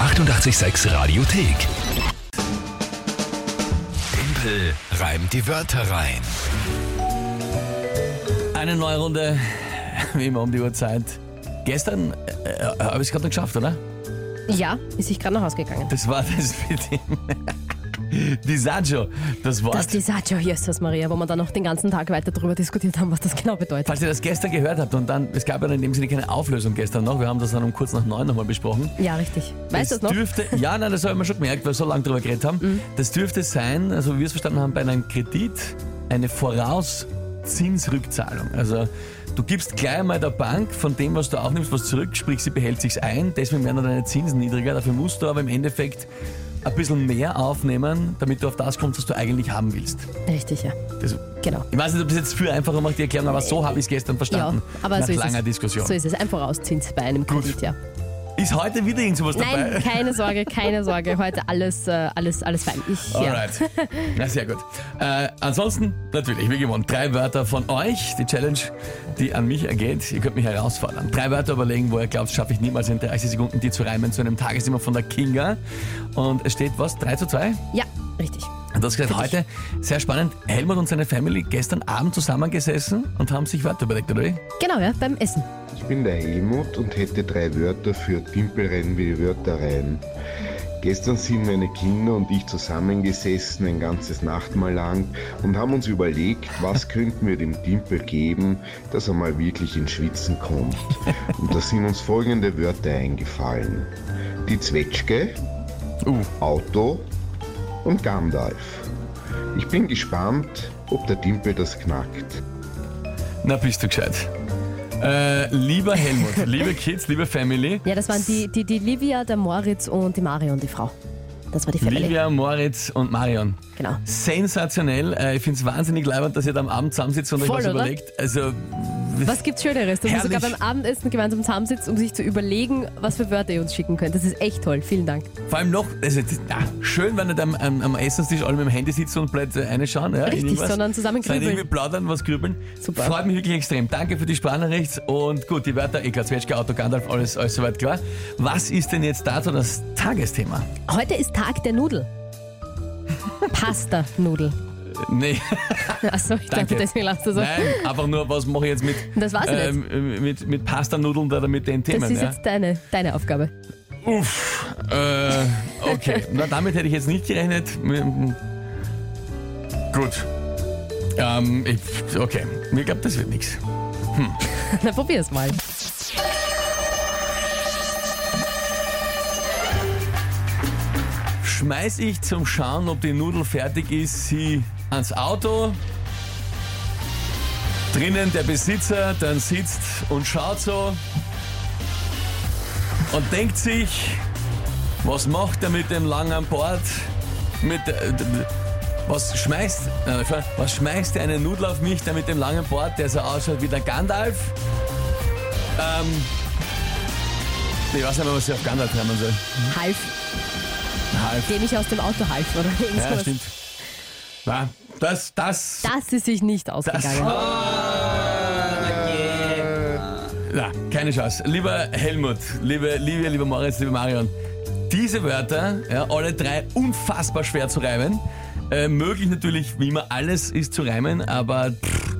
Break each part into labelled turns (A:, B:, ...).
A: 886 Radiothek. Tempel reimt die Wörter rein.
B: Eine neue Runde, wie immer um die Uhrzeit. Gestern äh, äh, habe ich es gerade noch geschafft, oder?
C: Ja, ist ich gerade nach Hause gegangen.
B: Das war das mit dem Disagio, das Wort.
C: Das Disagio, Jesus Maria, wo wir dann noch den ganzen Tag weiter darüber diskutiert haben, was das genau bedeutet.
B: Falls ihr das gestern gehört habt und dann, es gab ja in dem Sinne keine Auflösung gestern noch, wir haben das dann um kurz nach neun nochmal besprochen.
C: Ja, richtig. Weißt du
B: das
C: das noch? Mhm.
B: dürfte, ja, nein, das habe ich mir schon gemerkt, weil wir so lange drüber geredet haben. Das dürfte sein, also wie wir es verstanden haben, bei einem Kredit eine Vorauszinsrückzahlung. Also du gibst gleich mal der Bank von dem, was du aufnimmst, was zurück, sprich sie behält sich's ein, deswegen werden dann deine Zinsen niedriger, dafür musst du aber im Endeffekt ein bisschen mehr aufnehmen, damit du auf das kommst, was du eigentlich haben willst.
C: Richtig, ja.
B: Das,
C: Genau.
B: ich weiß nicht, ob das jetzt viel einfacher macht, die Erklärung, aber so habe ich es gestern verstanden.
C: Ja, aber
B: nach
C: so ist
B: langer
C: es.
B: Diskussion.
C: So ist es. Ein Vorauszins bei einem Kredit, ja.
B: Ist heute wieder irgend sowas dabei?
C: Nein, keine Sorge, keine Sorge. Heute alles, äh, alles, alles fein. Ich, ja.
B: Alright. Na, sehr gut. Äh, ansonsten, natürlich, wie gewonnen, drei Wörter von euch, die Challenge, die an mich ergeht. Ihr könnt mich herausfordern. Drei Wörter überlegen, wo ihr glaubt, schaffe ich niemals in 30 Sekunden, die zu reimen zu einem Tagesthema von der Kinga. Und es steht was? 3 zu 2?
C: ja, richtig.
B: Und das gesagt, heute, sehr spannend, Helmut und seine Family gestern Abend zusammengesessen und haben sich Wörter überlegt, oder wie?
C: Genau, ja, beim Essen.
D: Ich bin der Helmut und hätte drei Wörter für Timpelrennen wie die Wörter rein. Gestern sind meine Kinder und ich zusammengesessen, ein ganzes Nachtmahl lang, und haben uns überlegt, was könnten wir dem Timpel geben, dass er mal wirklich ins Schwitzen kommt. Und da sind uns folgende Wörter eingefallen. Die Zwetschge,
B: Uh.
D: Auto und Gandalf. Ich bin gespannt, ob der Timpel das knackt.
B: Na, bist du gescheit. Äh, lieber Helmut, liebe Kids, liebe Family,
C: Ja, das waren die, die, die Livia, der Moritz und die Marion, die Frau. Das war die Family.
B: Livia, Moritz und Marion.
C: Genau.
B: Sensationell. Äh, Ich finde es wahnsinnig leibend, dass ihr da am Abend zusammensitzt und euch
C: Voll,
B: was
C: oder?
B: überlegt. Also,
C: Was gibt's Schöneres, dass man
B: Herrlich.
C: sogar beim Abendessen gemeinsam zusammensitzt, um sich zu überlegen, was für Wörter ihr uns schicken könnt. Das ist echt toll. Vielen Dank.
B: vor allem noch, also, na, schön, wenn nicht am, am, am Essenstisch alle mit dem Handy sitzen und bleibt eine schauen. Ja, in
C: Richtig,
B: irgendwas.
C: sondern zusammen
B: Sondern
C: grübeln.
B: irgendwie plaudern, was grübeln.
C: Super.
B: Freut mich wirklich extrem. Danke für die Sprachnachricht und gut, die Wörter, Eklat, Zwetschge, Auto, Gandalf, alles, alles soweit klar. Was ist denn jetzt dazu das Tagesthema?
C: Heute ist Tag der Nudel. Pasta-Nudel.
B: Nee,
C: Achso, ich
B: Danke.
C: dachte, deswegen lasst du so.
B: nein, einfach nur, was mache ich jetzt mit,
C: Das weiß ich nicht.
B: ähm, mit, mit Pasta-Nudeln oder mit den Themen?
C: Das ist
B: ja?
C: jetzt deine, deine Aufgabe.
B: Uff, äh, okay. Na, damit hätte ich jetzt nicht gerechnet. Mm, Gut. Ähm, ich, okay. Mir glaubt, das wird nichts.
C: Na, probier's mal.
B: Schmeiß ich zum Schauen, ob die Nudel fertig ist, sie ans Auto. Drinnen der Besitzer dann sitzt und schaut so und denkt sich, was macht er mit dem langen Bord? Mit, der- d- d- was schmeißt, nein, was schmeißt er eine Nudel auf mich, der mit dem langen Bord, der so ausschaut wie der Gandalf? Ähm, ich weiß nicht mehr, was ich auf Gandalf nennen soll.
C: Half,
B: Halb.
C: dem ich aus dem Auto half, oder? Irgend
B: Ja,
C: sowas.
B: stimmt. Na, das, das,
C: Das ist sich nicht ausgegangen.
B: Na, keine Chance. Lieber Helmut, liebe Livia, lieber Moritz, lieber Marion, diese Wörter, ja, alle drei unfassbar schwer zu reimen. Äh, möglich natürlich, wie immer alles ist zu reimen, aber pff,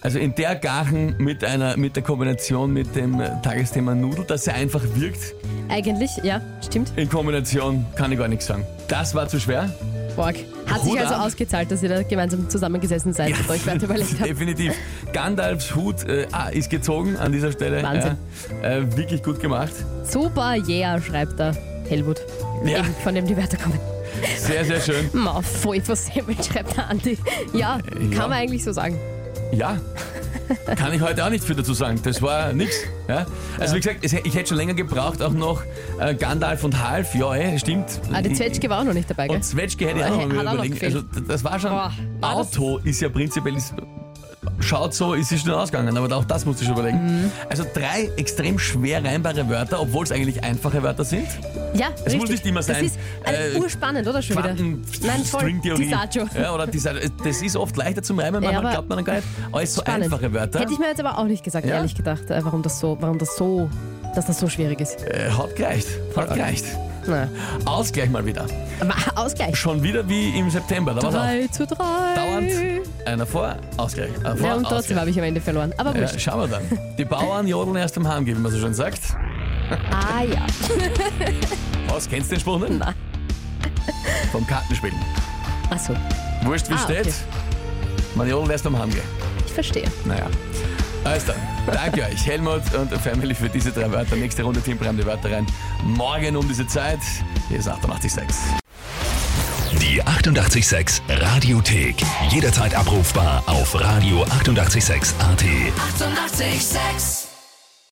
B: also in der Gachen mit einer mit der Kombination mit dem äh, Tagesthema Nudel, dass er einfach wirkt,
C: Eigentlich, ja, stimmt.
B: in Kombination kann ich gar nichts sagen. Das war zu schwer.
C: Borg. Hat
B: Hut
C: sich also
B: ab.
C: ausgezahlt, dass ihr da gemeinsam zusammengesessen seid und euch Wörter überlegt habt.
B: Definitiv. Gandalfs Hut äh, ah, ist gezogen an dieser Stelle.
C: Wahnsinn.
B: Ja, äh, wirklich gut gemacht.
C: Super, yeah, schreibt da Helmut.
B: Ja.
C: Eben, von dem die Wörter kommen.
B: Sehr, sehr schön.
C: Ma, voll versemmelt, schreibt der Andi. Ja, kann
B: ja.
C: man eigentlich so sagen.
B: Ja. Kann ich heute auch nicht viel dazu sagen. Das war nix. Ja? Also wie gesagt, es, ich hätte schon länger gebraucht, auch noch äh, Gandalf und Half. Ja, ey, stimmt.
C: Ah, die Zwetschge war auch noch nicht dabei, gell?
B: Und Zwetschge hätte ich auch noch
C: Hat
B: mal
C: auch noch
B: überlegen.
C: gefehlt.
B: Also d- das war schon.
C: Boah, na, das-
B: Auto ist ja prinzipiell. Ist, Schaut so, ist es schon ausgegangen, aber auch das musst du schon überlegen.
C: Mhm.
B: Also drei extrem schwer reinbare Wörter, obwohl es eigentlich einfache Wörter sind.
C: Ja,
B: muss
C: richtig.
B: nicht immer sein.
C: Das ist also
B: Äh,
C: urspannend, oder schon wieder?
B: Quanten-
C: Nein, voll.
B: Stringtheorie.
C: Disagio.
B: Ja, oder Disagio. Das ist oft leichter zum Reimen,
C: Ja,
B: man
C: aber
B: glaubt man dann gar nicht. Alles so
C: Spannend.
B: einfache Wörter.
C: Hätte ich mir jetzt aber auch nicht gesagt,
B: Ja?
C: ehrlich gedacht, äh, warum das so, warum das so, dass das so schwierig ist.
B: äh, hat gereicht. Hat gereicht.
C: Na,
B: Ausgleich mal wieder.
C: aber Ausgleich.
B: Schon wieder wie im September. Da war's auch
C: 3 zu 3.
B: dauernd einer vor, Ausgleich. Einer vor,
C: Ja, und trotzdem
B: Ausgleich.
C: habe ich am Ende verloren. Aber
B: Ja,
C: wurscht.
B: schauen wir dann. Die Bauern jodeln erst am Hahn, wie man so schön sagt.
C: Ah ja.
B: Was, kennst du den Spruch nicht?
C: Nein.
B: Vom Kartenspielen.
C: Achso,
B: Wurscht, wie
C: Ah,
B: steht.
C: okay.
B: Man jodelt erst am Hahn. gell?
C: ich verstehe.
B: Naja. Alles dann. Danke euch, Helmut und Family, für diese drei Wörter. Nächste Runde Team Bremen die Wörter rein. Morgen um diese Zeit. Hier ist 886.
A: Die 886 Radiothek. Jederzeit abrufbar auf radio886.at. 886! 886.
E: 886